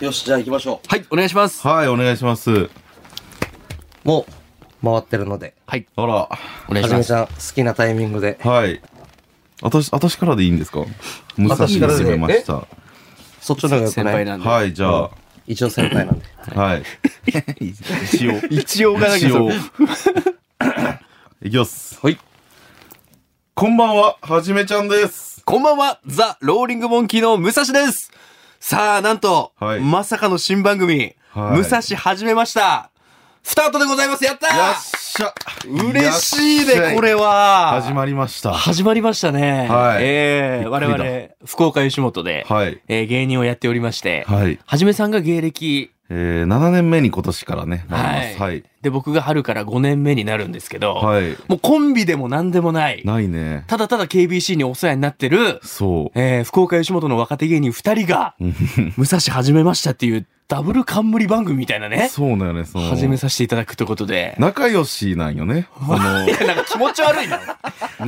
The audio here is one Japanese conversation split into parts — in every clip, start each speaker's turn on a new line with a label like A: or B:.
A: よし、じゃあ行きましょう。
B: はい、お願いします。
C: はい、お願いします。
D: もう、回ってるので。
B: はい、
C: あら。
B: お
D: は
B: 願いし
D: じ
B: ま
D: め
B: す。
D: ちゃん、好きなタイミングで。
C: はい。私、私からでいいんですか武蔵に攻めました。
D: そっちの方がよく
B: 先
D: な
B: 輩
D: い
B: なんで。
C: はい、じゃあ、
D: 一応先輩なんで。
C: はい。一応。
B: 一応がだけ
C: 一
B: ど
C: 応。いきます。
D: はい。
C: こんばんは、はじめちゃんです。
B: こんばんは、ザ・ローリング・モンキーの武蔵です。さあ、なんと、
C: はい
B: まさかの新番組、
C: はい
B: 武蔵始めました。スタートでございます。やった
C: よっしゃ。
B: ー嬉しい
C: よっゃ
B: ね、これは。
C: 始まりました。
B: 始まりましたね。
C: はい
B: ええ
C: びっくりだ
B: 我々、福岡吉本で、
C: はい。
B: えー芸人をやっておりまして、は
C: はい。
B: じめさんが芸歴、
C: えー、7年目に今年からね、なります。
B: は
C: はい。
B: で、僕が春から5年目になるんですけど、
C: はい。
B: もうコンビでも何でもない、
C: ないね。
B: ただただ KBC にお世話になってる、
C: そう。
B: えー、福岡吉本の若手芸人2人が、 武蔵始めましたっていうダブル冠番組みたいなね、
C: そうだよね、その。
B: 始めさせていただくということで。
C: 仲良しなんよね。その、
B: いや、 なんか気持ち悪いな。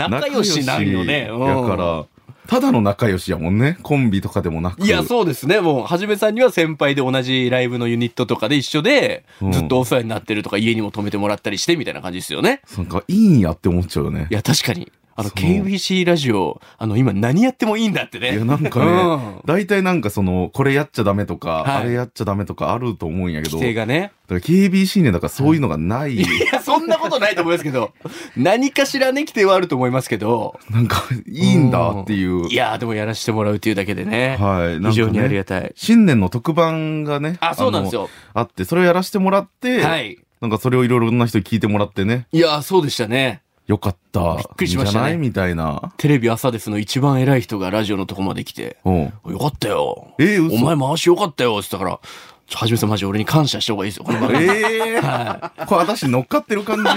B: 仲良しなんよね。う
C: 仲良し
B: ん
C: だから、ただの仲良しやもんね。コンビとかでもなく。
B: いや、そうですね。もう、はじめさんには先輩で同じライブのユニットとかで一緒で
C: う、ん
B: ずっとお世話になってるとか、家にも泊めてもらったりしてみたいな感じですよね。
C: なんか、いいんやって思っちゃうよね。
B: いや、確かに。あの、
C: そう
B: KBC ラジオ、あの、今何やってもいいんだって
C: いや、
B: ね。
C: なんか
B: うん
C: ね、大体なんかその、これやっちゃダメとか、
B: はい
C: あれやっちゃダメとかあると思うんやけど、
B: 規定
C: だか
B: がね。
C: ら KBC ね、だからそういうの がない、
B: いや、そんなことないと思いますけど、何かしらね、規定はあると思いますけど、
C: なんか、いいんだっていう。
B: いやーでもやらせてもらうっていうだけでね。
C: はい。なんかね
B: 非常にありがたい。
C: 新年の特番がね、
B: あ、そうなんですよ。
C: あの。あって、それをやらせてもらって、
B: はい。
C: なんかそれをいろいろな人に聞いてもらってね、
B: いやーそうでしたね。
C: よかった。
B: びっくりしましたね
C: じゃないみたいな。
B: テレビ朝ですの一番偉い人がラジオのとこまで来て、
C: うん。
B: よかったよ。
C: えー、
B: お
C: 嘘
B: 前回しよかったよ。って言ったから、ちょはじめさんマジ俺に感謝した方がいいですよ。この番組
C: ええこれ私乗っかってる 感じ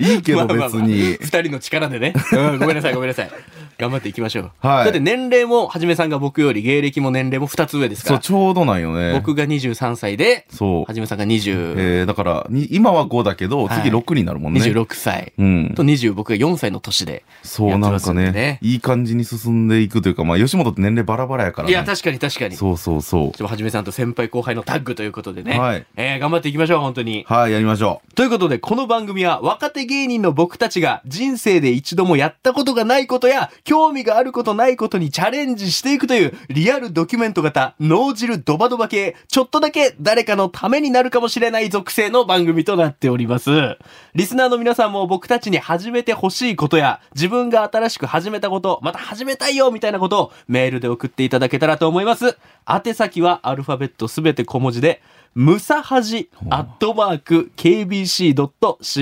C: いいけど別に。
B: 二人の力 でね。うん、ごめんなさい、ごめんなさい。頑張っていきましょう。
C: はい
B: だって年齢も、はじめさんが僕より、芸歴も年齢も二つ上ですか
C: そう、
B: ら。
C: ちょうどなんよね。
B: 僕が23歳で、
C: そう
B: は。じめさんが20、
C: えー、だから、に今は5だけど、
B: はい
C: 次6になるもんね。
B: 26歳。
C: うん
B: と。20、僕が4歳の年で。
C: そう、なんか
B: やってますんで
C: ね
B: ね
C: いい感じに進んでいくというか、まあ、吉本って年齢バラバラやから、ね。
B: いや、確かに確かに。
C: そうそうそう。
B: ちょっとはじめさんと先輩後輩のタッグということでね。
C: はい
B: えー頑張っていきましょう、本当に。
C: はい、やりましょ
B: ということで、この番組は若手芸人の僕たちが人生で一度もやったことがないことや、興味があることないことにチャレンジしていくという、リアルドキュメント型、脳汁ドバドバ系、ちょっとだけ誰かのためになるかもしれない属性の番組となっております。リスナーの皆さんも僕たちに始めてほしいことや、自分が新しく始めたこと、また始めたいよみたいなことをメールで送っていただけたらと思います。宛先はアルファベットすべて小文字で、ムサハジアットマーク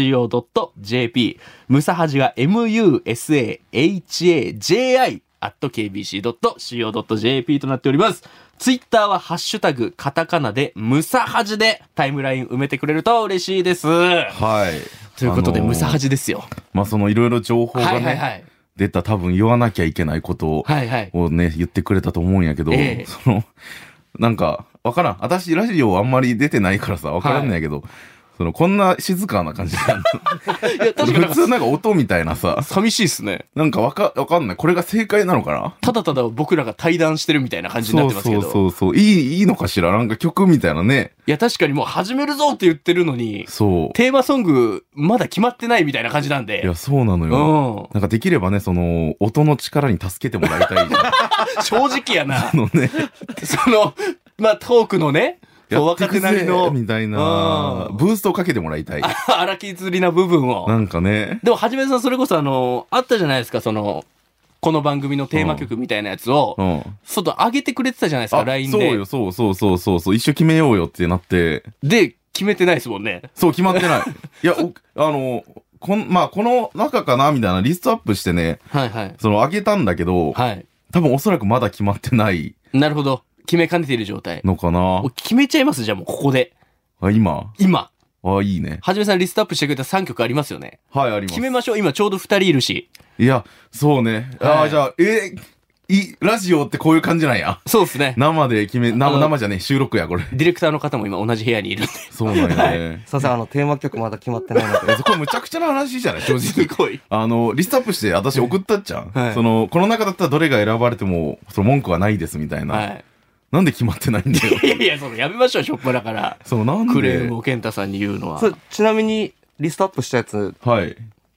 B: KBC.CO.JP ムサハジは MUSAHAJI アット KBC.CO.JP となっております。ツイッターはハッシュタグカタカナでムサハジでタイムライン埋めてくれると嬉しいです。
C: う。はい。
B: ということで、
C: あのー
B: ムサハジですよ。
C: まあ、その、いろいろ情報がね、
B: はいはいはい。
C: 出た多分言わなきゃいけないことを、
B: はいはい。
C: をね、言ってくれたと思うんやけど、
B: ええ
C: その、なんか、わからん。私、ラジオあんまり出てないからさ、わからんねんやけど、その、こんな静かな感じでやんの
B: いや、確かになん
C: 普
B: か
C: 通なんか音みたいなさ、
B: 寂しいですね。
C: なんかわか、わかんない。これが正解なのかな
B: ただただ僕らが対談してるみたいな感じになってますけど。
C: そうそうそうそう。いい、いいのかしらなんか曲みたいなね。
B: いや、確かにもう始めるぞって言ってるのに、
C: そう。
B: テーマソング、まだ決まってないみたいな感じなん
C: い
B: で
C: や、。そうなの
B: う
C: よ。
B: ん。
C: なんかできればね、その、音の力に助けてもらいた いじゃん。あ
B: 正直や な。
C: のね、
B: その、まあ、トークのね、
C: やっ
B: 若
C: て
B: 手
C: く
B: なり
C: ぜ
B: の、
C: みたいな
B: う、ん
C: ブーストをかけてもらいたい。
B: 荒削りな部分
C: な
B: を。
C: んかね、
B: でも、はじめさん、それこそあの、あったじゃないですか、その、この番組のテーマ曲みたいなやつを
C: う、ん。
B: 外上げてくれてたじゃないですか、
C: あ
B: LINE
C: そう
B: で
C: よ、。そうそうそうそうそう、一緒決めようよってなって、
B: で、決めてないですもんね。
C: そう、決まっ てない。いや、おあの、こん、まあ、この中かなみたいなリストアップしてね、
B: はいはい。
C: その、上げたんだけど、
B: はい。
C: 多分おそらくまだ決まってない
B: なるほど。決めかねている状態。
C: のかな
B: お決めちゃいますじゃあもうここで。
C: あ、今
B: 今。
C: あ、いいね。
B: はじめさんリストアップしてくれた3曲ありますよね。
C: はい、ありま
B: 決
C: す。
B: めましょう。今ちょうど2人いるし。
C: いや、そうね。あ
B: は
C: あ、
B: い
C: じゃあ、えーい、ラジオってこういう感じなんや。
B: そうですね。
C: 生で決め、
B: あの
C: 生、生じゃねえ収録や、これ。
B: ディレクターの方も今同じ部屋にいるんで。
C: そうなんよね。
D: さあさん、あの、テーマ曲まだ決まってないの
C: い
D: で。
C: やそこむちゃくちゃな話じゃない正
B: す
C: 直。
B: ごい。
C: あの、リストアップして私送ったっちゃん、
B: はい
C: その、この中だったらどれが選ばれても、その文句はないですみたいな。
B: はい。
C: なんで決まってないんだよ
B: 。いやいや、そのやめましょう、しょっぱだから。
C: そう、なんで。
B: クレームを健太さんに言うのは。
D: それ
B: 確
D: ちなみに、リストアップしたやつ、
C: はい。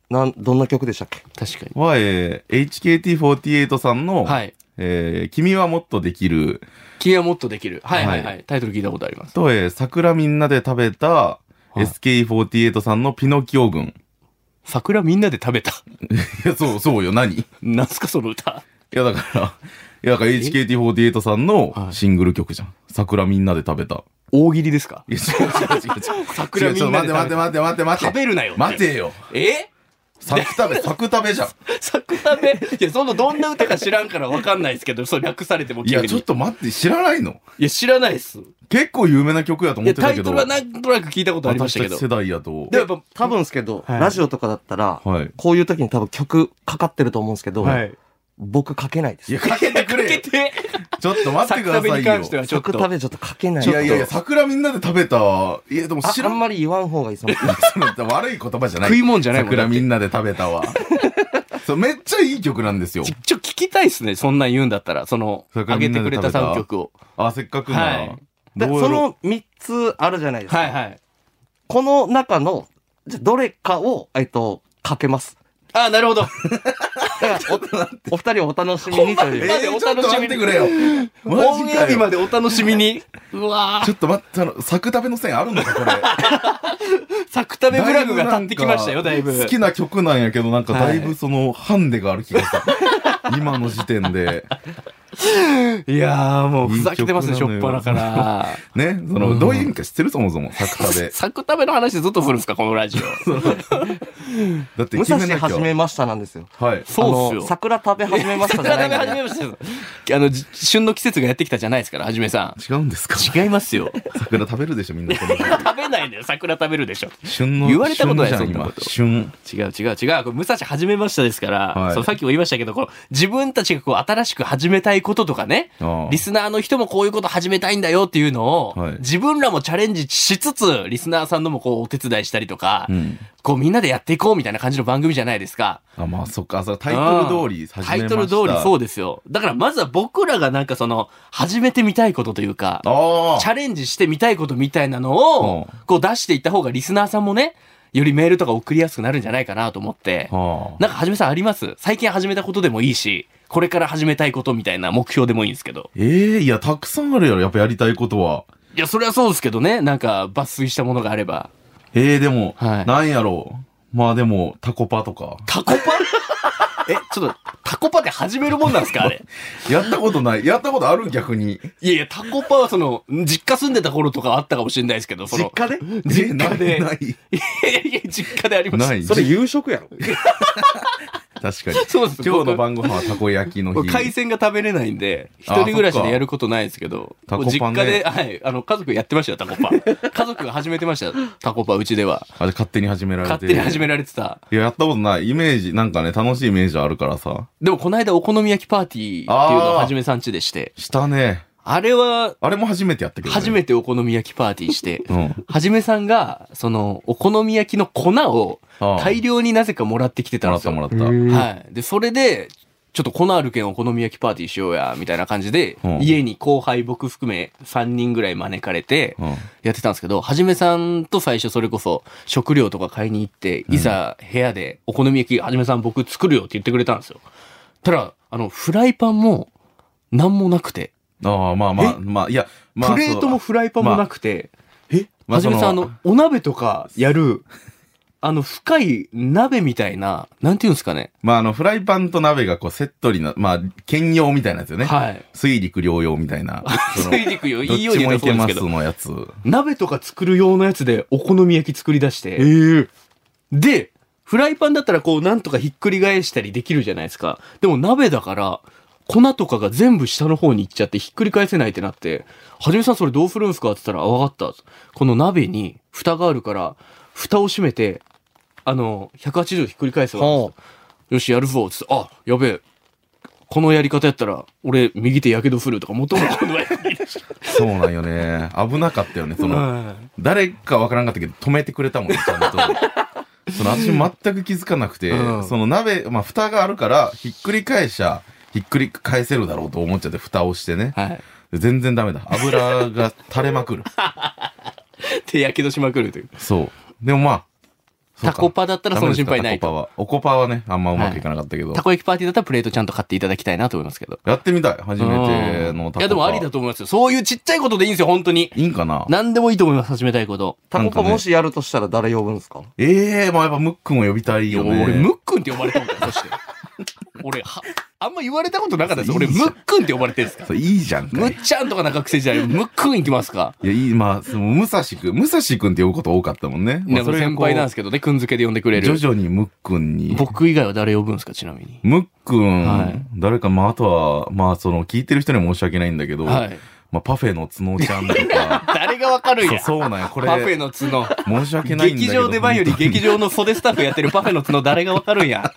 D: なん、どんな曲でしたっけ
B: かに。
C: は、えー、HKT48 さんの、
B: はい。
C: えー君はもっとできる
B: 君はもっとできる。はいはいは。
C: はい
B: タイトル聞いたことあります。
C: と、えー桜みんなで食べた、
B: い
C: SK48 さんのピノキオ軍。
B: 桜みんなで食べた。
C: いや、そう、そうよ、何い
B: なんすか、その歌。
C: や、だから、いや、だから HKT48 さん
B: は
C: の
B: い
C: シングル曲じゃん。桜みんなで食べた。
B: 大喜利ですか
C: いや、違う違う違う違う。
B: 桜
C: 違う
B: み
C: ちょ
B: ん
C: っと
B: な
C: 待
B: で
C: って待って待って待って待って。
B: 食べるなよ。
C: 待。てよ。
B: え
C: サク 食べ、サク食べじゃん。
B: 桜目いや、そのどんな歌か知らんからわかんないですけど、そう略されても
C: い
B: 急
C: や、
B: に。
C: ちょっと待って、知らないの
B: いや、知らないっす。い
C: 結構有名な曲やと思っ
B: や、
C: て
B: タ
C: た
B: イ
C: け
B: ト
C: ど。
B: ルはなんとなく聞いたことありましたけど
C: 私たち。世代やと。
B: でもやっ
D: 多分ですけど、
B: はい
D: ラジオとかだったら、
C: はい
D: こういう時に多分曲かかってると思うんですけど、
B: ぱ、はい。
D: 僕かけないです。
C: いや、かけてくれ
B: かけ
C: よ。
B: て、
C: ちょっと待ってくだ
B: 桜目
C: さ
B: に
C: い
B: 関して
C: よ。
B: はちょっ
D: 曲
B: と。
D: 食べちょっとかけない
C: いやいやいや、桜みんなで食べた。いや、でも
D: あ
C: 知
D: あ
C: ら
D: ん
C: ん。
D: まり言わん方がいい その
C: 悪い言葉じゃない。
B: 食い物じゃないもん
C: 桜みんなで食べた わ。そう、めっちゃいい曲なんですよ
B: ち。ちょ、聞きたいっすね。そんなん言うんだったら、その、
C: 桜
B: あげ
C: みん
B: て
C: な
B: くれ
C: で食べ
B: た
C: た
B: 3曲を。
C: あ、せっかくな
B: は
C: ら。
B: い
D: だ
C: どうや
D: そ
C: ろう、
D: の3つあるじゃないですか、
B: はいはい。
D: この中のじゃどれかを、えっと、かけます
B: あ、なるほど。
D: だから おお二人をお楽しみにと
B: ほんま
D: い
B: に
D: う
C: えー、ちょっと待ってくれよ。マ
B: オン
C: ジ
B: エア
C: か
B: 日ま
C: よ。
B: でお楽しみに。うわ
C: ちょっと待って、あの、作食べの線あるのか、これ。
B: ー作食べブラグが立ってきましたよ、だいぶ。
C: 好きな曲なんやけど、なんかだい
B: はい
C: ぶその、ハンデがある気 がした。今の時点で。
B: いやー、もう、
C: い
B: ふ
C: い
B: ざけてますね、しょ
C: 曲
B: っ
C: な
B: ぱ
C: の
B: な
C: よ
B: から。
C: ね、その、どういう意味か知ってるそもそも、作食べ。
B: 作食べの話ずっとするんですか、このラジオ。
C: だって
D: 武
C: 決
D: 蔵
C: めなきゃ
D: 始。めましたなんですよ
C: はい。
B: そうっす
D: あの
B: よ。
D: 桜食べ始めましたじゃないん
B: 桜
D: で
B: 食べ始めましたよあの、じ旬の季節がやってきたじゃないですから、はじめさん。
C: 違うんですか
B: 違いますよ。
C: 桜食べるでしょ、みんな。こ の
B: 食べないんだよ、桜食べるでしょ。
C: 旬の
B: 言われたことない
C: 旬じゃ
B: そ
C: ん
B: んなこ
C: 今
B: と
C: 旬
B: 違う違う違う。これ、武蔵始めましたですから、
C: はい
B: そうさっきも言いましたけど、この自分たちがこう新しく始めたいこととかね
C: あ、あ
B: リスナーの人もこういうこと始めたいんだよっていうのを、
C: はい
B: 自分らもチャレンジしつつ、リスナーさんのもこうお手伝いしたりとか、
C: うん
B: こうみんなでやっていこうみたいな感じの番組じゃないですか。
C: あまあそっかそれタイトル通り始めました
B: タイトル通りそううですよ。だからまずは僕らがなんかその、始めてみたいことというか、
C: あ
B: チャレンジしてみたいことみたいなのを
C: う、
B: こう出していった方がリスナーさんもね、よりメールとか送りやすくなるんじゃないかなと思って。
C: あはあ
B: なんかはじめさんあります最近始めたことでもいいし、これから始めたいことみたいな目標でもいいんですけど。
C: ええいやたくさんあるやろやっぱやりたいことはい
B: や、それはそうですけどね。なんか抜粋したものがあれば。
C: ええでも、
B: はい
C: なんやろうまあでもタコパとか
B: タコパ え、ちょっと、タコパって始めるもんなんですかあれ。
C: やったことないやったことある逆に
B: いやいや、タコパはその、実家住んでた頃とかあったかもしれないですけど、その。
D: 家で
B: 実家で
C: えないない
B: いや いやいや、実家でありました。
C: ない
D: それ夕食 やろ
C: 確かに
B: そうです
C: 今日の晩ご飯はたこ焼きの
B: 僕
C: 日
B: 海鮮が食べれないんで、一
C: あ
B: 人暮らしでやることないんですけど、
C: そっかタコパね
B: 実家で、はい、あの、家族やってましたよ、タコパ。 家族が始めてましたよ、タコパ、うちでは。
C: あれ勝手に始められて
B: 勝手に始め
C: ら
B: られてた。
C: いややったことないイメージなんかね楽しいイメージあるからさ
B: でもこの間お好み焼きパーティーっていうのをはじめさんちでして、
C: したね
B: あれは
C: あれも初めてやったけど、ね、
B: 初めてお好み焼きパーティーして、
C: うん
B: はじめさんが、その、お好み焼きの粉を
C: ああ
B: 大量になぜかもらってきてたん
C: もら
B: で
C: っ
B: すよ。
C: たもらった、
B: はい。で、それで、ちょっと粉あるけんお好み焼きパーティーしようや、みたいな感じで、
C: うん
B: 家に後輩僕含め3人ぐらい招かれて、
C: うん
B: やってたんですけど、はじめさんと最初それこそ食料とか買いに行って、いざ部屋でお好み焼き、はじめさん僕作るよって言ってくれたんですよ。ただ、あの、フライパンも何もなくて、
C: ああ、まあまあ、まあ、いや、まあ、
B: プレートも
C: そう
B: フライパンもなくて、え
C: まあ
B: はじめさん、あ
C: その
B: の、お鍋とかやる、あの、深い鍋みたいな、なんていうんですかね。
C: まあ、あの、フライパンと鍋がこう、セットにな、まあ、兼用みたいなやつよね。
B: はい。
C: 水陸両用みたいな。その
B: ついてくよ。
C: どっ
B: いいよう
C: ち
B: に
C: も
B: 言う
C: い
B: とそう
C: け
B: です
C: ま
B: け
C: す
B: ど。
C: のやつ。
B: 鍋とか作る用のやつでお好み焼き作り出して。で、フライパンだったらこうなんとかひっくり返したりできるじゃないですか。でも鍋だから、粉とかが全部下の方に行っちゃってひっくり返せないってなって、はじめさんそれどうするんすかって言ったら、あ、わかった。この鍋に蓋があるから、蓋を閉めて、あの、180度ひっくり返すわ。
D: ほ
B: よし、やるぞ。つって、あ、やべえ。このやり方やったら、俺、右手やけどするとか、もともとこのやり方。
C: そうなんよね。危なかったよね。その、
B: はい
C: 誰かわからんかったけど、止めてくれ たもんね、ちゃんと。その、私全く気づかなくて、
B: うん
C: その鍋、まあ、蓋があるから、ひっくり返しゃ、ひっくり返せるだろうと思っちゃって、蓋をしてね。
B: はい。
C: で全然ダメだ。油が垂れま くる。
B: 手やけどしまくるという。
C: そう。でもまあ、そう
B: タ
C: か
B: コパだったらその心配ない
C: ダメですかタコパは。おこパはね、あんまうまくいかなかったけど。
B: たこ焼きパーティーだったらプレートちゃんと買っていただきたいなと思いますけど。
C: やってみたい。初めてのタコパ。
B: いやでもありだと思いますよ。そういうちっちゃいことでいいんですよ、本当に。
C: いいんかな
B: 何でもいいと思います、始めたいこと。
D: タコ
C: なんか
D: パ
C: ね
D: もしやるとしたら誰呼ぶんですか
C: ええまあやっぱムックも呼びたい
B: いや、
C: よね。
B: 俺、ムックンって呼ばれたんだよ、そして。 俺、は、あんま言われたことなかったです。俺、
C: いい
B: ム
C: じゃん
B: ックンって呼ばれてるんですか
C: そういいじゃんかい。
B: むっちゃんとかな学生時代、ムックン行きますか
C: いや、いい、まあ、その、武蔵くん、武蔵くんって呼ぶこと多かったもんね。ま
B: な
C: あ、
B: んか先輩なんですけどね、くん付けで呼んでくれ
C: 徐
B: る。
C: 々にムックンに。
B: 僕以外は誰呼ぶんですか、ちなみに。
C: ムックン、
B: はい
C: 誰か、まあ、あとは、まあ、その、聞いてる人には申し訳ないんだけど、
B: はい。
C: まあ、パフェの角ちゃんとか、
B: 誰がわかるん
C: そう
B: や。
C: そうなんや、これ、
B: パフェの角。
C: 申し訳ないんだけ
B: 劇
C: ど。
B: 場出番より劇場の袖スタッフやってるパフェの角誰がわかるんや。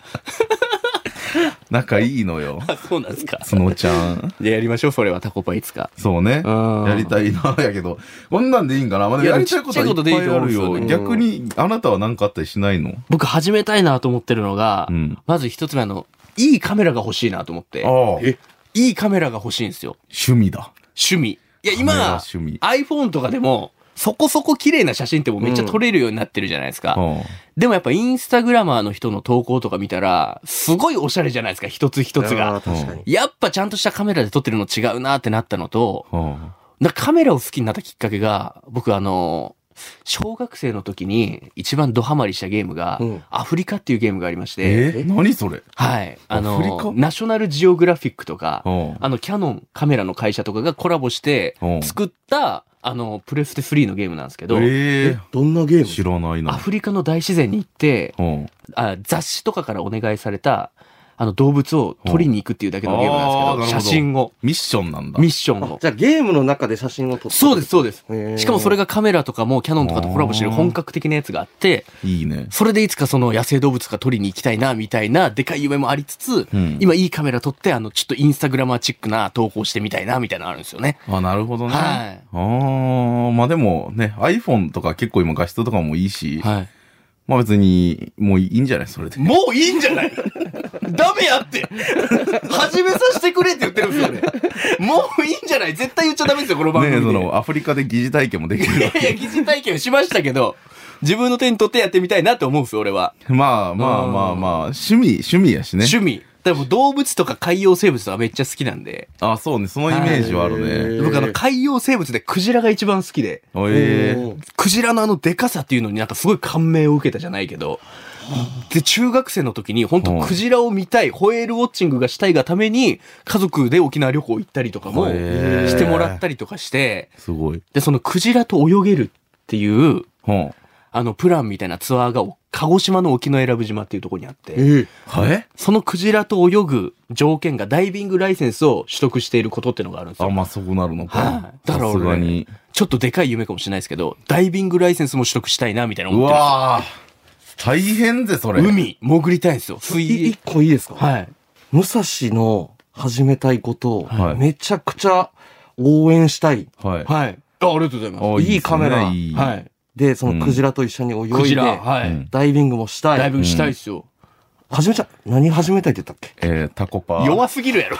C: 仲いいのよ。
B: あ そうなんですか。
C: 角ちゃん。
B: じゃあやりましょう、それはタコパいつか。
C: そうね。や
B: や
C: りたいな、やけど。こんなんでいいんかなまあ、
B: い
C: で
B: や
C: もやりたいことはいっぱいあ
B: ちっ
C: る
B: ちゃいこと
C: よ。
B: でいい
D: と思
C: 逆
D: うん
C: に、あなたは何かあったりしないの
B: 僕始めたいなと思ってるのが、
C: うん
B: まず一つ目あの、いいカメラが欲しいなと思って、
C: ああ、
D: え
B: いいカメラが欲しいんですよ。
C: 趣味だ。
B: 趣味。いや、
C: カメラ
B: 今、
C: 趣味。
B: iPhone とかでも、そこそこ綺麗な写真ってもうめっちゃ撮れるようになってるじゃないですか。
C: ああ
B: でもやっぱインスタグラマーの人の投稿とか見たら、すごいおしゃれじゃないですか、一つ一つ
D: あ
B: が。
D: ー確かに。
B: やっぱちゃんとしたカメラで撮ってるの違うなってなったのと、
C: は
B: なんかカメラを好きになったきっかけが、僕あの、小学生の時に一番ドハマりしたゲームが、
D: うん
B: アフリカっていうゲームがありまして、
C: え何それ
B: はい。あ
C: アフリカ
B: の、ナショナルジオグラフィックとか、
C: ああ
B: あの、キャノンカメラの会社とかがコラボして
C: うん
B: 作った、あの、プレステ3のゲームなんですけど、
C: え
D: どんなゲ
C: え知らない
B: ア
C: な。
B: フリカの大自然に行って
C: うん
B: あ、雑誌とかからお願いされた、あの、動物を撮りに行くっていうだけのゲームなん
C: うんあーな
B: ですけ
C: るほ
B: ど、
C: ど
B: 写真を、
C: ミッションなんだ。
B: ミッション
D: あ
B: を。
D: じゃあゲームの中で写真を撮って
B: そうです、そうです。
D: す
B: しかもそれ
D: が、
B: がカメラとかもキャノンとかとコラボしてる
C: うん
B: 本格的なやつがあって、
C: いいね。
B: それでいつかその野生動物が撮りに行きたいな、みたいな、でかい夢もありつつ、
C: うん
B: 今いいカメラ撮って、あの、ちょっとインスタグラマーチックな投稿してみたいな、みたいなのあるんですよね。
C: あ、なるほどね。
B: は
C: あ
B: い。
C: あ、まあでもね、iPhone とか結構今画質とかもいいし、
B: はい。
C: まあ別にもういいんじゃないそれで。
B: もういいんじゃないダメやって始めさせてくれって言ってるんですよね。もういいんじゃない絶対言っちゃダメですよ、この番
C: ね
B: 組
C: え、
B: で。
C: そのアフリカで疑似体験もできるわ
B: いや、疑似体験しましたけど、自分の手に取ってやってみたいなって思うんですよ、俺は。
C: け。まあまあまあまあ、趣味、趣味やしね。
B: 趣味。でもう動物とか海洋生物とかめっちゃ好きなんで。
C: あ、そうね、そのイメージはあるね。
D: へえ
B: 僕あの海洋生物でクジラが一番好きで、
C: お
D: え
C: え
D: ー
B: クジラのあのデカさっていうのになんかすごい感銘を受けたじゃないけど、で、中学生の時に本当クジラを見たい、ホエールウォッチングがしたいがために、家族で沖縄旅行行ったりとかも
C: へー
B: してもらったりとかして、
C: すごい。
B: で、そのクジラと泳げるっていう、
C: うん。
B: あの、プランみたいなツアーが、鹿児島の沖永良部島っていうところにあって、
D: え
C: はえ
B: そのクジラと泳ぐ条件がダイビングライセンスを取得していることってのがあるんです
C: あ、
B: よ。
C: まあそうなるの
B: は
C: か。
B: いだから
C: さす
B: 俺
C: がに。
B: ちょっとでかい夢かもしれないですけど、ダイビングライセンスも取得したいな、みたいな
C: う
B: 思ってるんで
C: わー大変ぜ、それ。
B: すよ海、潜りたいんですよ。水泳
D: 一。個いいですか、
B: はい。
D: 武蔵の始めたいこと、
C: はい
D: めちゃくちゃ応援したい。
C: はい。
B: はい。あありがとうございま
C: あ
D: いいカメラ
C: いいっす
B: す。
C: ねいい
B: はい。
D: で、そのクジラと一緒に泳いで、
B: クジラ、は
C: う
B: い
C: ん。
D: ダイビングもしたい。
B: ダイビングしたいですよ。
D: 始めちゃ、何始めたいって言ったっけ
C: えー、タコパ。
B: すぎるやろ。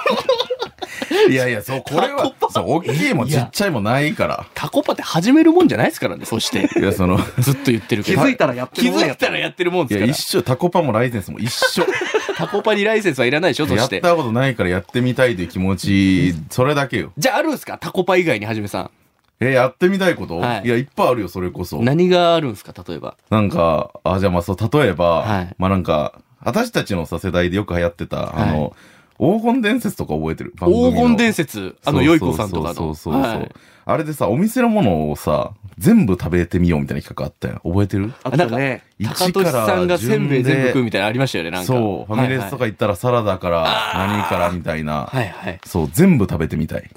C: いやいや、そう、これは、そう、大きいも
B: い
C: ち
B: や
C: っちゃいもないから。
B: タコパって始めるもんじゃないですからね、そ して。
C: いや、その、
B: ずっと言ってるけ
D: 気
B: ど。
D: づいたらやって
B: 気
D: るもん
B: づ
D: や
B: いたらやってるもん
C: い
B: です
C: や、
B: から
C: 一。緒、タコパもライセンスも一緒。
B: タコパにライセンスはいらないでしょ、そ
C: や
B: し。
C: ってたことないからやってみたいという気持ち、それだけよ。
B: じゃああるんですかタコパ以外にはじめさ
C: えー、やってみたいこと、
B: はい
C: い、や、いっぱいあるよ、それこそ
B: ん。。何があるんですか例えば。
C: なんか、あ、じゃあまあそう、例えば、
B: はい
C: まあなんか、私たちのさ、世代でよく流行ってた、あの、黄金伝説とか覚えてる番組の
B: 黄金伝説、あの、
C: そうそ
B: よ
C: う
B: いこさんとかの。
C: そうそうそうそう、
B: はい
C: あれでさ、お店のものをさ、全部食べてみようみたいな企画あったよ。覚えてる
D: あとね、
B: 高俊さんがせんべい全部食う
C: み
B: みたいなのありましたよね、なんか。
C: そう、ファミレスとか行ったらサラダから何からみたい
B: は
C: な。
B: いはい。 はい
C: そう、全部食べてみたい。
B: はい、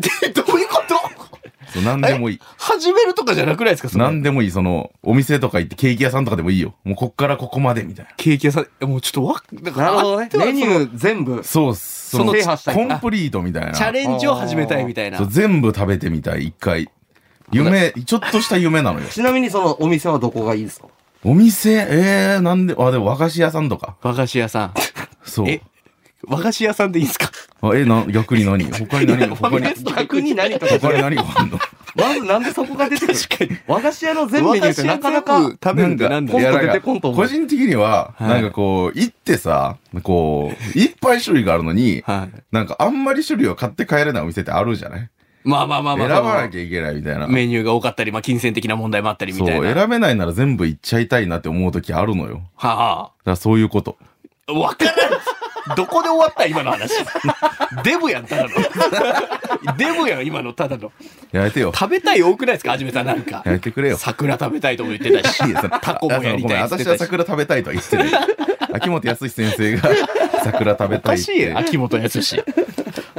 B: で、どういうこと
C: そう何でもいい。
B: 始めるとかじゃなくないですかそれ
C: 何でもいい。その、お店とか行ってケーキ屋さんとかでもいいよ。もうこっからここまでみたいな。
B: ケーキ屋さん、えもうちょっとわ、だ
D: なるほどね。メニ
B: ー。
D: ュー全部。
C: そうっす。
D: その制覇したい
C: コンプリートみたいな。
B: チャレンジを始めたいみたいな
C: そう、。全部食べてみたい、一回。夢、ちょっとした夢なのよ。
D: ちなみにそのお店はどこがいいですか
C: お店、えー、なんで、あ、でも和菓子屋さんとか。
B: 和菓子屋さん。
C: そう。
B: え和菓子屋さんでいいですか
C: あえな逆に 何他に何が他に
D: 逆に何とか
C: 他に何があんの
D: まずなんでそこが出てくる
B: 確かに。
D: 和菓子屋の全メニューってなかなか
B: 和菓子屋全部食べるってなんだ
D: コ
B: よ
D: ン
C: い
D: ト
C: やなん
D: 出
C: か
D: てこんと思う
C: 個人的には、
B: はい
C: なんかこう、行ってさ、こう、いっぱい種類があるのに、
B: はい。
C: なんかあんまり種類を買って帰れないお店ってあるじゃない
B: まあまあまあま
C: 選
B: あ。
C: ばなきゃいけないみたいな。
B: メニューが多かったり、まあ金銭的な問題もあったりみ
C: そう、
B: たいな。
C: 選べないなら全部行っちゃいたいなって思う時あるのよ。
B: は
C: だからそういうこと。
B: あ。わからん。どこで終わった今の話。デブやん、ただの。デブやん、今のただの。
C: やめてよ。
B: 食べたい多くないですかはじめさんなんか
C: や。めてくれよ。
B: 桜食べたいとも言ってたし
C: いいよその、
B: タコもやりたい
C: あ
B: っ
C: そ
B: て言って
C: うごめん私は
B: たし。
C: 桜食べたいとは言っ てる。秋元康先生が桜食べ
B: お
C: た
B: か
C: いっ
B: しいよ、
C: て。
B: 秋元康。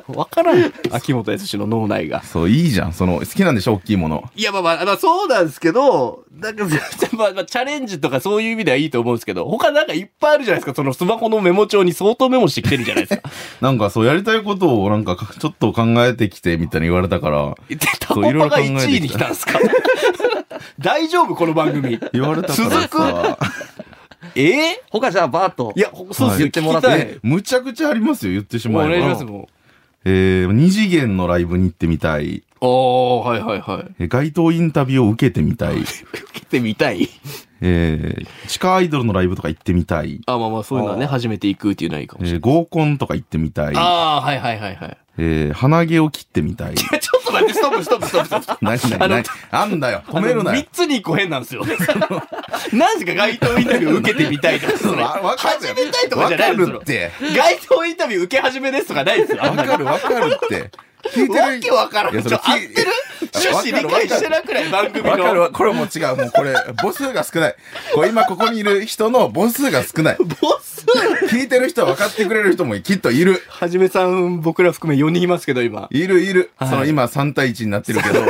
B: わからん。秋元康の脳内が。
C: そう、いいじゃん。その、好きなんでしょ大きいもの。
B: いや、まあまあ、まあ、そうなんですけど、なんか、 まあまあ、チャレンジとかそういう意味ではいいと思うんですけど、他なんかいっぱいあるじゃないですか。そのスマホのメモ帳に相当メモしてきてるじゃないですか。
C: なんかそう、やりたいことをなんかかちょっと考えてきてみたいに言われたから、
B: でタコ
C: そういろ
B: パ
C: いろ
B: が
C: 考えてきた
B: 1位に来たんですか 大丈夫この番組。
C: 言われたから
B: 続く
C: さ、
B: えー
D: 他じゃあバーと
B: いや、そうですよ、
C: はい
B: 聞きたい
C: え。むちゃくちゃありますよ、言ってし
B: もう
C: ま
B: お願
C: え
B: いし
C: ば
B: ます。もん
C: えー、二次元のライブに行ってみたい。
B: おー、はいはいはい。
C: え街頭インタビューを受けてみたい。
B: 受けてみたい。
C: えー、地下アイドルのライブとか行ってみたい。
B: あ、まあまあ、そういうのはね、初めて行くっていうのはいいかも
C: え
B: しれ
C: ー、合コンとか行ってみたい
B: ない。。ああ、はいはいはいはい。
C: えー、鼻毛を切ってみ たい。
B: ちょっと待って、ストップストップストップストップ。
C: 何
B: あ
C: 何
B: の
C: 何あんだよ。褒めるなよ
B: 3。つに1個変なんですよ。 何ですか街頭インタビュー受けてみたいとか、それ
C: わわかる
B: 始めたいとかじゃない
C: わ
B: で
C: か
B: す
C: るって。
B: 街頭インタビュー受け始めですとかないですよ。あ
C: わ
B: んまり
C: かるわかるって。聞いてる
B: わけわからん。
C: い
B: ちょ
C: や
B: っ
C: そ
B: と
C: れ
B: 合っ
C: 聞い
B: てる趣旨理解してなくない番組
C: わかる
B: の。
C: わ。これもう違う。もうこれ、母数が少ない。こう今ここにいる人の母数が少ない。
B: ボス
C: 聞いてる人は分かってくれる人もきっといる。
B: はじめさん、僕ら含め4人いますけど、今。
C: いるいる。
B: い
C: その今3対1になってるけど、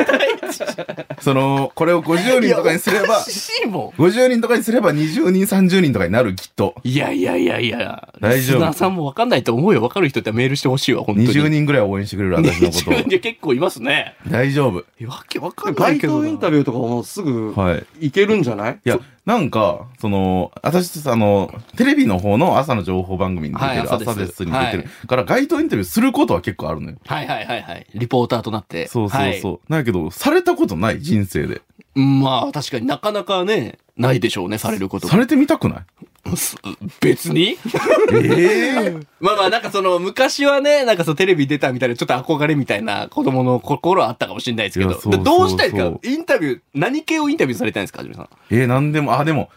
C: その、これを50人とかにすれ
B: いやお
C: ば、
B: しいも
C: 50人とかにすれば20人30人とかになるきっと。
B: ん。いやいやいやいや。
C: 大丈夫
B: リスナーさんもわかんないと思うよ。わかる人ってメールしてほしいわ、本当に。
C: 20人ぐらいは応援してくれる私のこと
B: 20人結構いますね。
C: を。大丈夫。
B: わけわかんない
D: 街
B: けど
D: 頭
B: な。
D: インタビューとかもすぐ
C: はい。
D: いけるんじゃない
C: いや、なんか、その、私さ、あの、テレビの方の朝の情報番組に出てる、
B: はい朝です
C: 朝ですに出てる、から街頭インタビューすることは結構あるのよ。
B: はいはいはいはい。リポーターとなって。
C: そうそうそう。
B: は
C: だけど、されたことない人生で。
B: いまあ確かになかなかね、ないでしょうね、されること
C: されてみたくない
B: す別に
C: ええ
B: まあまあなんかその昔はね、なんかそのテレビ出たみたいなちょっと憧れみたいな子供の心はあったかもしれないですけど。
C: いやそうそうそう
B: でどうしたいですかインタビュー、何系をインタビューされたいんですかはじめさん。
C: えー、なんでも、あ、でも、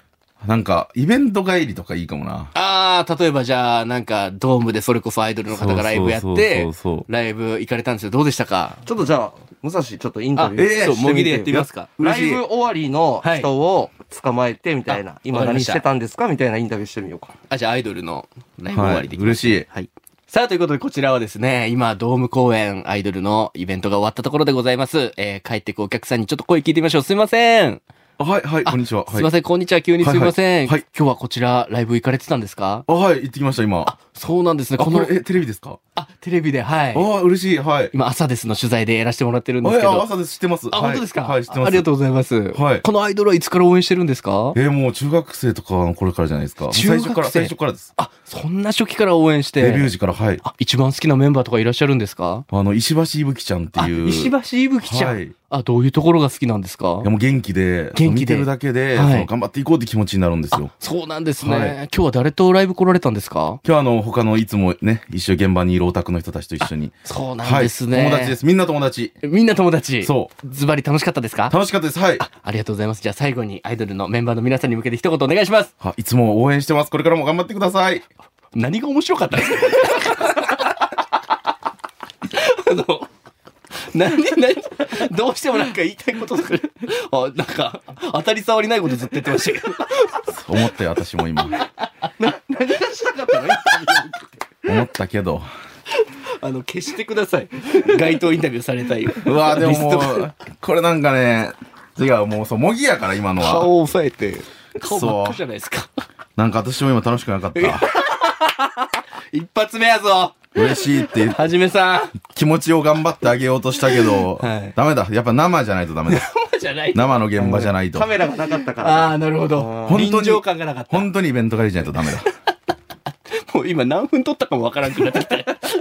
C: なんか、イベント帰りとかいいかもな。
B: ああ、例えばじゃあなんかドームでそれこそアイドルの方がライブやっ
C: そうそ
B: て
C: う、そうそう
B: ライブ行かれたんですよ。どうでしたか
D: ちょっとじゃあ、武蔵ちょっとインタ
B: あ、
D: ビュー
B: え
C: えー
B: え
D: して
B: 模
D: みて
B: 擬でやってみますか。
D: ライブ終わりの人を捕まえてみたいな、
B: はい
D: 今
B: わかりま
D: 何
B: した
D: してたんですかみたいなインタビューしてみようか。
B: あ、じゃあアイドルのライブ終わ
C: は
B: り
C: い。
B: できます
C: 嬉しい。
B: はい。さあ、ということでこちらはですね、今、ドーム公演、アイドルのイベントが終わったところでございます。えー帰ってくお客さんにちょっと声聞いてみましょう。すいません。
C: あはい、はい、
B: あ
C: こんにちは。はい、
B: すいません、こんにちは。急にすいません。
C: はいはいはい
B: 今日はこちら、ライブ行かれてたんですか
C: あ、はい、行ってきました、今。あ、
B: そうなんですね。こ
C: こ
B: の、
C: れ、え、テレビですか
B: あ、テレビで、はい
C: あ。あ、嬉しい、はい。
B: 今、朝ですの取材でやらせてもらってるんです
C: はい、
B: け
C: あ
B: ど。
C: 朝です、知ってます。
B: あ、
C: はい
B: 本当ですか
C: はい、知ってます。
B: ありがとうございます。
C: はい
B: このアイドルはいつから応援してるんですか
C: えー、もう中学生とかの頃からじゃないですか。もう最初か
B: 中学
C: ら、
B: 生
C: 最初からです。
B: あ、そんな初期から応援して。
C: デビュー時から、はい。
B: あ、一番好きなメンバーとかいらっしゃるんですか
C: あの、石橋いぶきちゃんっていう。
B: あ石橋いぶきちゃん、
C: はいい
B: あ、どういうところが好きなんですか
C: やもう元気で、
B: 元気で
C: 見てるだけで、
B: はい
C: その頑張っていこうって気持ちになるんですよ。
B: そうなんですね、
C: はい
B: 今日は誰とライブ来られたんですか
C: 今日あの、他のいつもね、一緒現場にいるオタクの人たちと一緒に。
B: そうなん
C: はい。
B: ですね。
C: 友達です。みんな友達。
B: みんな友達。。
C: そう
B: ズバリ楽しかったですか
C: 楽しかったです。はい。
B: ありがとうございます。じゃあ最後にアイドルのメンバーの皆さんに向けて一言お願いします。
C: あいつも応援してます。これからも頑張ってください。
B: 何が面白かったん ですかあの、何、何、どうしてもなんか言いたいこととか、 あ、なんか、当たり障りないことずっと言ってましたけど。
C: 思ったよ、私も今。
D: 何がしたかったのインタビュー
C: 思ったけど。
B: あの、消してください。街頭インタビューされたい。
C: うわでも
B: リスト
C: もう、これなんかね、違う、もうそう、模擬やから今のは。
B: を押さえて。顔真っ赤じゃないですか。
C: なんか私も今楽しくなかった。
B: 一発目やぞ
C: 嬉しいって
B: はじめさん。
C: 気持ちを頑張ってあげようとしたけど、
B: はい
C: ダメだ。やっぱ生じゃないとダメだ。
B: じゃない。
C: 生の現場じ ゃないと
D: カ。メラがなかったから。
B: ああ、なるほど。
C: 本当に
B: 臨場感がなかった。
C: 本当にイベント帰りじゃないとダメだ。
B: もうう今何分撮ったかもわからんくなってきた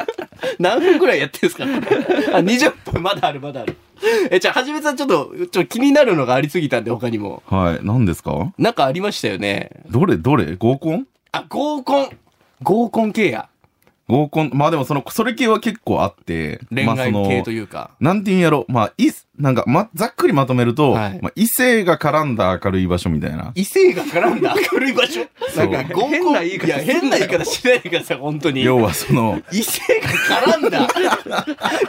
B: 何分くらいやってんすかあ20分まだあるまだあるえじゃあはじめさんちょっとちょっと気になるのがありすぎたんで他にも
C: はい。何ですか
B: なんかありましたよね
C: どれどれ合コン
B: あ合コン合コン系や
C: 合コン。まあでもその、それ系は結構あって。
B: 恋
C: まあそ
B: 愛
C: の
B: 系というか、
C: なんて言うんやろ。まあ、い、なんか、ま、ざっくりまとめると、
B: はい
C: まあ、異性が絡んだ明るい場所みたいな。
B: 異性が絡ん だ明るい場所
C: そう
B: なんか合コン
D: 変な言い方
B: いや変な言い方しないでください本当に
C: 要はその、
B: 異性が絡ん だ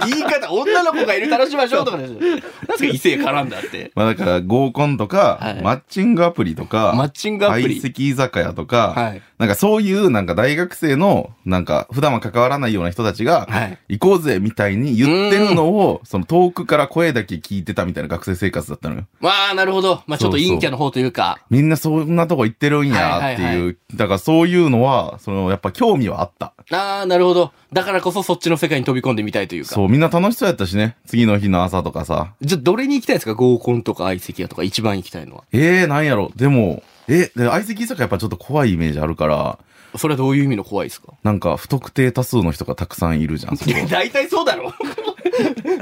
B: 言い方女の子がいる楽しみましょうとかですなんすか異性絡んだって
C: まあだから合コンとか、
B: はい
C: マッチングアプリとか、
B: マッチングアプ
C: 相
B: リ
C: 席居酒屋とか、
B: はい
C: なんかそういうなんか大学生のなんか普段は関わらないような人たちが、
B: はい
C: 行こうぜみたいに言ってるのを、その遠くから声だけ聞いてたみたいな学生生活だったのよ。
B: まあなるほどまあちょっと陰キャの方というか
C: みんなそんなとこ行ってるんやっていう。
B: はいはいは
C: だからそういうのは、そのやっぱ興味はあった。
B: ああなるほどだからこそそっちの世界に飛び込んでみたいというか
C: そう、みんな楽しそうやったしね。次の日の朝とかさ。
B: じゃあどれに行きたいですか合コンとか相席屋とか一番行きたいのは
C: えー、なんやろ。でも、え、で相席居酒屋やっぱちょっと怖いイメージあるから、
B: それはどういう意味の怖いですか
C: なんか不特定多数の人がたくさんい るじゃん。そこ
B: いや大体そうだ ろ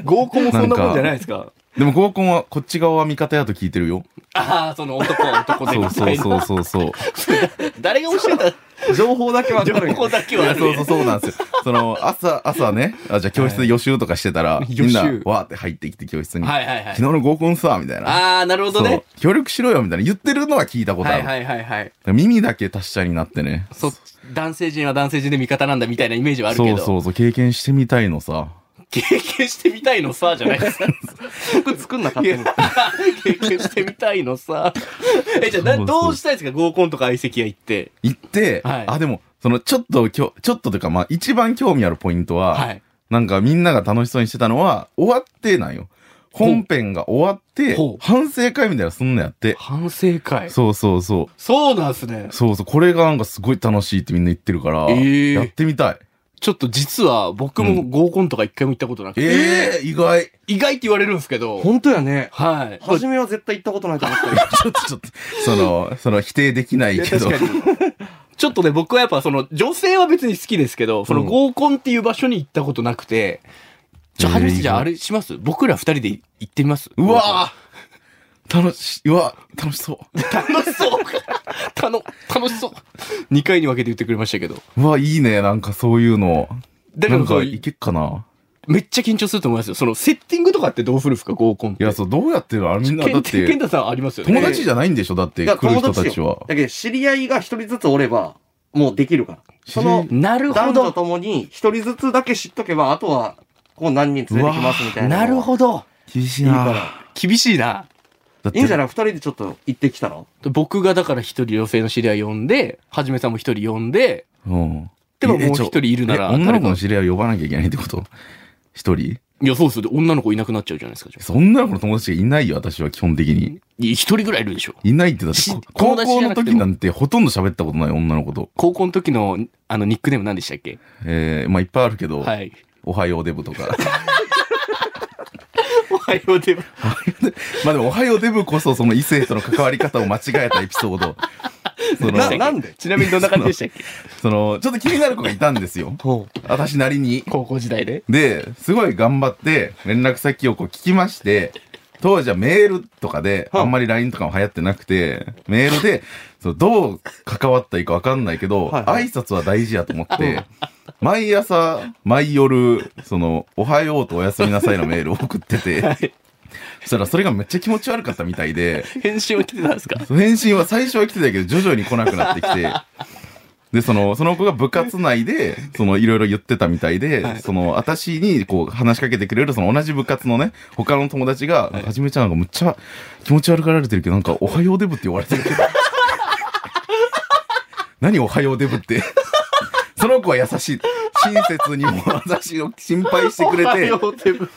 B: 合コンもそんなもんじゃないですか
C: でも合コンはこっち側は味方やと聞いてるよ。
B: ああその男は男で
C: そ
B: み
C: うそ
B: た
C: う
B: いな
C: そうそうそう。
B: 誰が教えた
D: 情報だけ は
B: 情
D: かる
B: 報だけ
C: い
B: は
C: や、
B: ね
C: そうそうそうなんですよ。その、朝、朝ね、あ、じゃあ教室で予習とかしてたら、
B: い
C: みんな
B: 予習、
C: わーって入ってきて教室に、
B: はいはいはい
C: 昨日の合コンさ、みたいな。
B: ああなるほどね
C: そう協力しろよ、みたいな。言ってるのは聞いたことあ
B: は
C: る。
B: いはいはいはい
C: 耳だけ達者になってね。
B: そ男性陣は男性陣で味方なんだみたいなイメージはあるけ
C: そ
B: ど
C: うそうそう、経験してみたいのさ。
B: 経験してみたいのさじゃないですか
D: 僕作んなかったの
B: 経験してみたいのさ えじゃあな
C: そうそう
B: どうしたいですか合コンとか相席屋行って
C: 行って、
B: はい
C: あ、でも、その、ちょっと、きょちょっとというか、まあ、一番興味あるポイントは、
B: はい
C: なんかみんなが楽しそうにしてたのは、終わってなんよ。本編が終わって
B: ほう、
C: 反省会みたいなのすんのやって。
B: 反省会そ
C: そうそうそう
B: なんすね
C: う。そうそう。これがなんかすごい楽しいってみんな言ってるから、
B: えー
C: やってみたい。
B: ちょっと実は僕も合コンとか一回も行ったことなくて、
C: ええー、意外。
B: 意外って言われるんですけど
D: 本当やね
B: はい
D: 初めは絶対行ったことないと思ったよ
C: ちょっとちょっと、その、その否定できないけど。
B: ちょっとね、僕はやっぱその、女性は別に好きですけど、その
C: うん
B: 合コンっていう場所に行ったことなくて、ちょ、
C: えー
B: はじめさん
C: いい
B: じ
C: な
B: ゃああれします僕ら二人で行ってみます
C: うわぁ楽し、うわ楽しそ
B: 楽しそうたの 楽しそう !2 回に分けて言ってくれましたけど。
C: う。うわいいね。なんかそういうの。
B: だけ
C: な
B: ど
C: ん
B: そ
C: か
B: う、
C: いけっかな。
B: めっちゃ緊張すると思いますよ。その、セッティングとかってどうするんですか合コンっ
C: い
B: て。
C: や、そう、どうやってるのあれみんな、だっ
B: 健健
C: て、
B: 太さんありますよね。
C: 友達じゃないんでしょだって、
D: いや
C: 来る人
D: 友達
C: た
D: よ
C: ちは。
D: だけど知り合いが一人ずつおればもうできるからその
B: なるほ
D: 男女
B: ど。
D: ともに一人ずつだけ知っとけばあとはこう何人連れてきますみたいな
B: なるほど。
C: 厳しい
D: いい
C: な
D: か
B: 厳しいな。
C: だっ
D: ら
C: て
D: いいんじゃない二人でちょっと行ってきたら
B: 僕がだから一人女性の知り合い呼んで、はじめさんも一人呼んで、
C: うん。
B: でも
C: え
B: もう一人いるなら
C: えちょえ女の
B: 誰
C: 子の
B: か
C: 知り合いを呼ばなきゃいけないってこと一人
B: いや、そうですよ。女の子いなくなっちゃうじゃないですか。じゃあ
C: そんなの子の友達がいないよ、私は基本的に。
B: いや一人ぐらいいるでしょ。
C: いないってだって
B: し、
C: 高
B: 友達じ
C: 校
B: ゃな
C: の
B: くても
C: 時なんてほとんど喋ったことない女の子と。
B: 高校の時の、あの、ニックネーム何でしたっけ
C: えー、まあいっぱいあるけど、
B: はい。
C: おはようデブとか。
B: おはようデブ。
C: まあでもおはようデブこそその異性との関わり方を間違えたエピソード。その、
D: ななんで
B: ち なみにどんな感じでしたっ け
C: その、ちょっと気になる子がいたんですよ。私なりに。
B: 高校時代で。
C: で、すごい頑張って連絡先をこう聞きまして、当時はメールとかで、
D: はあ
C: あんまり LINE とかも流行ってなくて、メールで、そのどう関わったらいいかわかんないけど、
D: はいはい
C: 挨拶は大事やと思って、毎朝、毎夜、その、おはようとおやすみなさいのメールを送ってて、
B: い
C: そしたらそれがめっちゃ気持ち悪かったみたいで、
B: 返信を来てたん ですか
C: 返信は最初は来てたけど徐々に来なくなってきてでそのその子が部活内でそのいろいろ言ってたみたいで、その私にこう話しかけてくれるその同じ部活のね他の友達が「はじめちゃんなんかむっちゃ気持ち悪がられてるけどなんか「おはようデブ」って言われてるけど何「おはようデブ」ってその子は優しい親切にも私を心配してくれ
B: おは
C: て
B: ようデブ。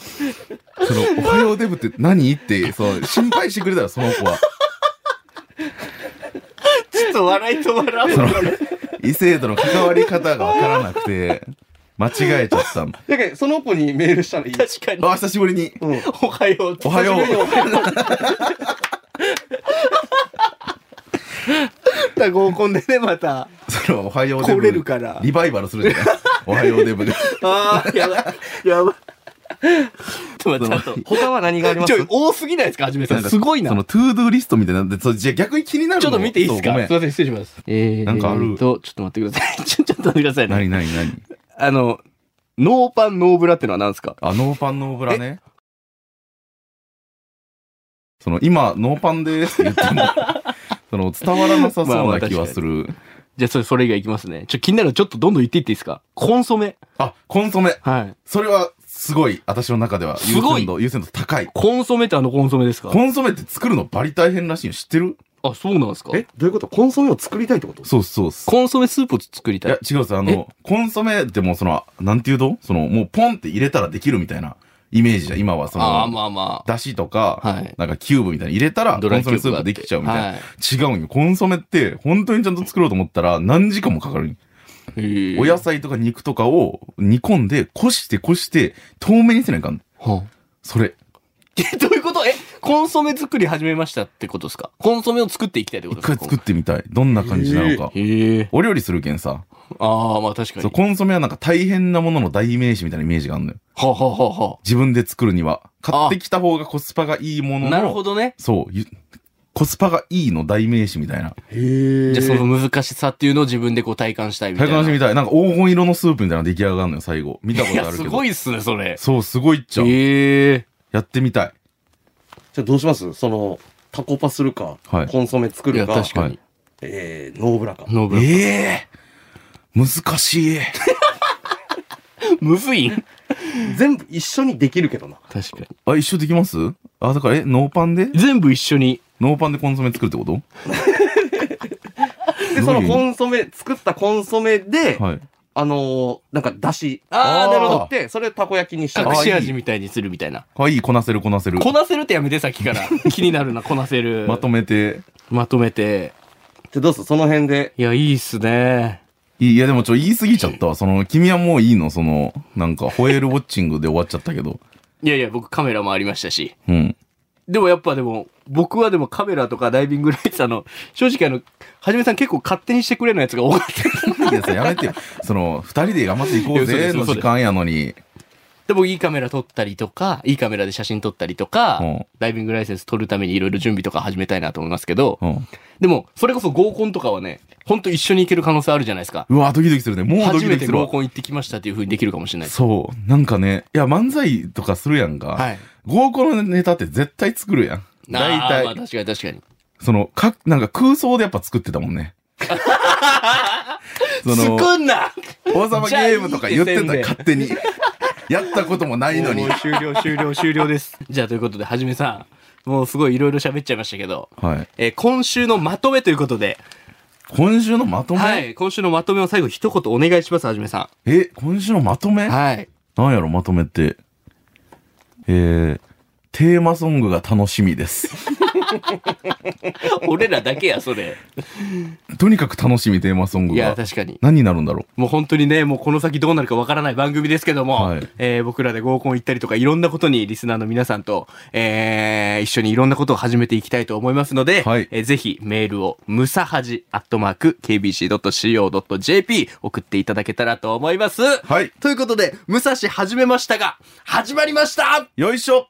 C: その、おはようデブって何って、その、心配してくれたら、その子は。
B: ちょっと笑いと笑
C: そうの。、異性との関わり方がわからなくて、間違えちゃった。あ、
D: だけどその子にメールしたらいい
B: 確かに。
C: 久しぶりに。
D: うん
B: おはよう
C: おはよ
D: 久しぶりにお
C: う。
D: はよう
B: う。合コンでね、また。
C: からおはようデ
B: 来
C: ブ。
B: れるから。
C: リバイバルす るじゃないおはようデブが。
B: ああ、やばい。やばい。ちょっと待って、ち
D: 他は何があり
B: ょっ
D: ま
B: と。ち
D: す
B: ょ、多すぎないですかはじめさん。すごいな。
C: そ
B: ち
C: の、トゥードゥーリストみたいなんで、そうじゃあ逆に気になるの
B: ょっと見ていいですかす
C: そうごめ
B: いま
C: ん。
B: せん、失礼します。えー、
C: なんかある
B: えーと、ちょっと待ってください。 ちょ、ちょっと待ってくださいね。
C: 何何何
B: あの、ノーパン、ノーブラってのは何ですか
C: あ、ノーパンノーブラね。その、今、ノーパンですっ て言っても、その、伝わらなさ
B: まあ
C: そう
B: まあ
C: な気はする。
B: じゃあ、それ、それ以外いきますね。ちょ、気になるのちょっとどんどん言っていっていいですかコンソメ。
C: あ、コンソメ。
B: はい。
C: それは、すごい、私の中では、
B: す
C: 優
B: ごい
C: 先度、優先度高い。
B: コンソメってあのコンソメですか
C: コンソメって作るのバリ大変らしいの知ってる
B: あ、そうなんですか
D: え、どういうことコンソメを作りたいってこと
C: そうそうそう。
B: コンソメスープを作り
C: い
B: た
C: や
B: い。、
C: 違うっす。あの、コンソメってもうその、なんていうのその、もうポンって入れたらできるみたいなイメージじゃん。今はそ
B: ああ、
C: の、
B: まあまあ。
C: だしとか、
B: はい
C: なんかキューブみたいに入れたら、コンソメスー
B: があ
C: プ
B: って
C: できちゃうみたいな。
B: はい
C: 違うんよ。コンソメって、本当にちゃんと作ろうと思ったら、何時間もかかるんよ
B: へえ
C: お野菜とか肉とかを煮込んで、こしてこして、透明にせないかん。
B: はあ
C: それ。
B: え、どういうことえ、コンソメ作り始めましたってことですかコンソメを作っていきたいってこ
C: 一
B: とですか
C: 回作ってみたい。どんな感じなのか。
B: へえ。
C: お料理するけんさ、
B: ああ、まあ確かに。
C: そうコンソメはなんか大変なものの代名詞みたいなイメージがあるのよ。
B: はあはあはあは
C: 自分で作るには。買ってきた方がコスパがいいも
B: あ
C: のの、
B: なるほどね。
C: そう、ゆコスパがいいの代名詞みたいな。
D: へ
B: じゃあその難しさっていうのを自分でこう体感したいみたい
C: 体
B: な。
C: 感してみたい。なんか黄金色のスープみたいなの出来上がるのよ、最後。見たこ
B: い
C: と
B: や、
C: あるけ
B: す
C: ど。
B: ごいっすね、それ。
C: そう、すごいっちゃ。
B: へえ。
C: やってみたい。
D: じゃあどうしますその、タコパするか、
C: はい
D: コンソメ作
B: い
D: る
B: や、
D: か、
B: 確か
C: は
B: に
C: い。
D: えー、ノーブラか。
B: ノーブラッ
C: ええ難しい。
B: ク。むずいん
D: 全部一緒にできるけどな。
B: 確かに。
C: あ、一緒できますあ、だから、え、ノーパンで
B: 全部一緒に。
C: ノーパンでコンソメ作るってこと
D: で、
C: ど
D: そう
C: い
D: の
C: う
D: コンソメ、作ったコンソメで、
C: はい。
D: あのー、なんか、だし、
B: ああ、なるほ
C: あ
B: ど
C: ー。
D: で、それをたこ焼きにした
C: あ
B: 隠
D: ら
B: し味みたいにするみたいな。
C: あ、いい、こなせる、こなせる。
B: こなせるってやめて、さっき から。気になるな、こなせる。
C: まとめて。
B: まとめて。
D: じゃあどうするその辺で。
B: いや、いいっすね。
C: いいいや、でもちょ、言い過ぎちゃったわ。その、君はもういいのその、なんか、ホエールウォッチングで 終わっちゃったけど。
B: いやいや、僕カメラもありましたし。
C: うん。
B: でもやっぱでも、僕はでもカメラとかダイビングライツ、あの、正直あの、はじめさん結構勝手にしてくれのやつが多かった。
C: いや、さ、やめてよ。その、二人で頑張っていこう
B: いや
C: ぜ
B: そうです
C: の時間やのに。
B: でもいいカメラ撮ったりとか、いいカメラで写真撮ったりとか、
C: うん
B: ダイビングライセンス取るためにいろいろ準備とか始めたいなと思いますけど、
C: うん。
B: でも、それこそ合コンとかはね、ほんと一緒に行ける可能性あるじゃないですか。
C: うわ、ドキドキするね。もうド
B: 初
C: キ
B: め
C: ドキ
B: て
C: する
B: 合
C: わ。
B: コン行ってきましたっていう風にできるかもしれないです。
C: そう。なんかね、いや、漫才とかするやんか。
B: はい。
C: 合コンのネタって絶対作るやん。大
B: あーまあ
C: 体。
B: 確かに確かに。
C: その、か、なんか空想でやっぱ作ってたも んね。その、
B: 作んな
C: 王様ゲームとか言ってた、
B: じゃあいいって
C: 勝手に。やったこともな いのに。
B: もう終了終了終了です。じゃあということで、はじめさん、もうすごいいろいろ喋っちゃいましたけど、
C: はい。
B: えー今週のまとめということで、
C: 今週のまとめ、
B: はい、今週のまとめを最後一言お願いします、はじめさ
C: え、今週のまとめ
B: ん。はい。
C: なんやろ、まとめって。えー、テーマソングが楽し みです。
B: 俺らだけや、それ。
C: とにかく楽しみ、テーマソング
B: いや、
C: が。
B: 確かに。
C: 何になるんだろ
B: もう本当にね、もうこの先どうなるかわからない番組ですけども、
C: はい
B: えー僕らで合コン行ったりとかいろんなことにリスナーの皆さんと、えー一緒にいろんなことを始めていきたいと思いますので、
C: はい
B: えーぜひメールをムサハジアットマーク KBC.CO.JP 送っていただけたらと思います。
C: う。はい。
B: ということで、武蔵始めましたが、始まりました
C: よいしょ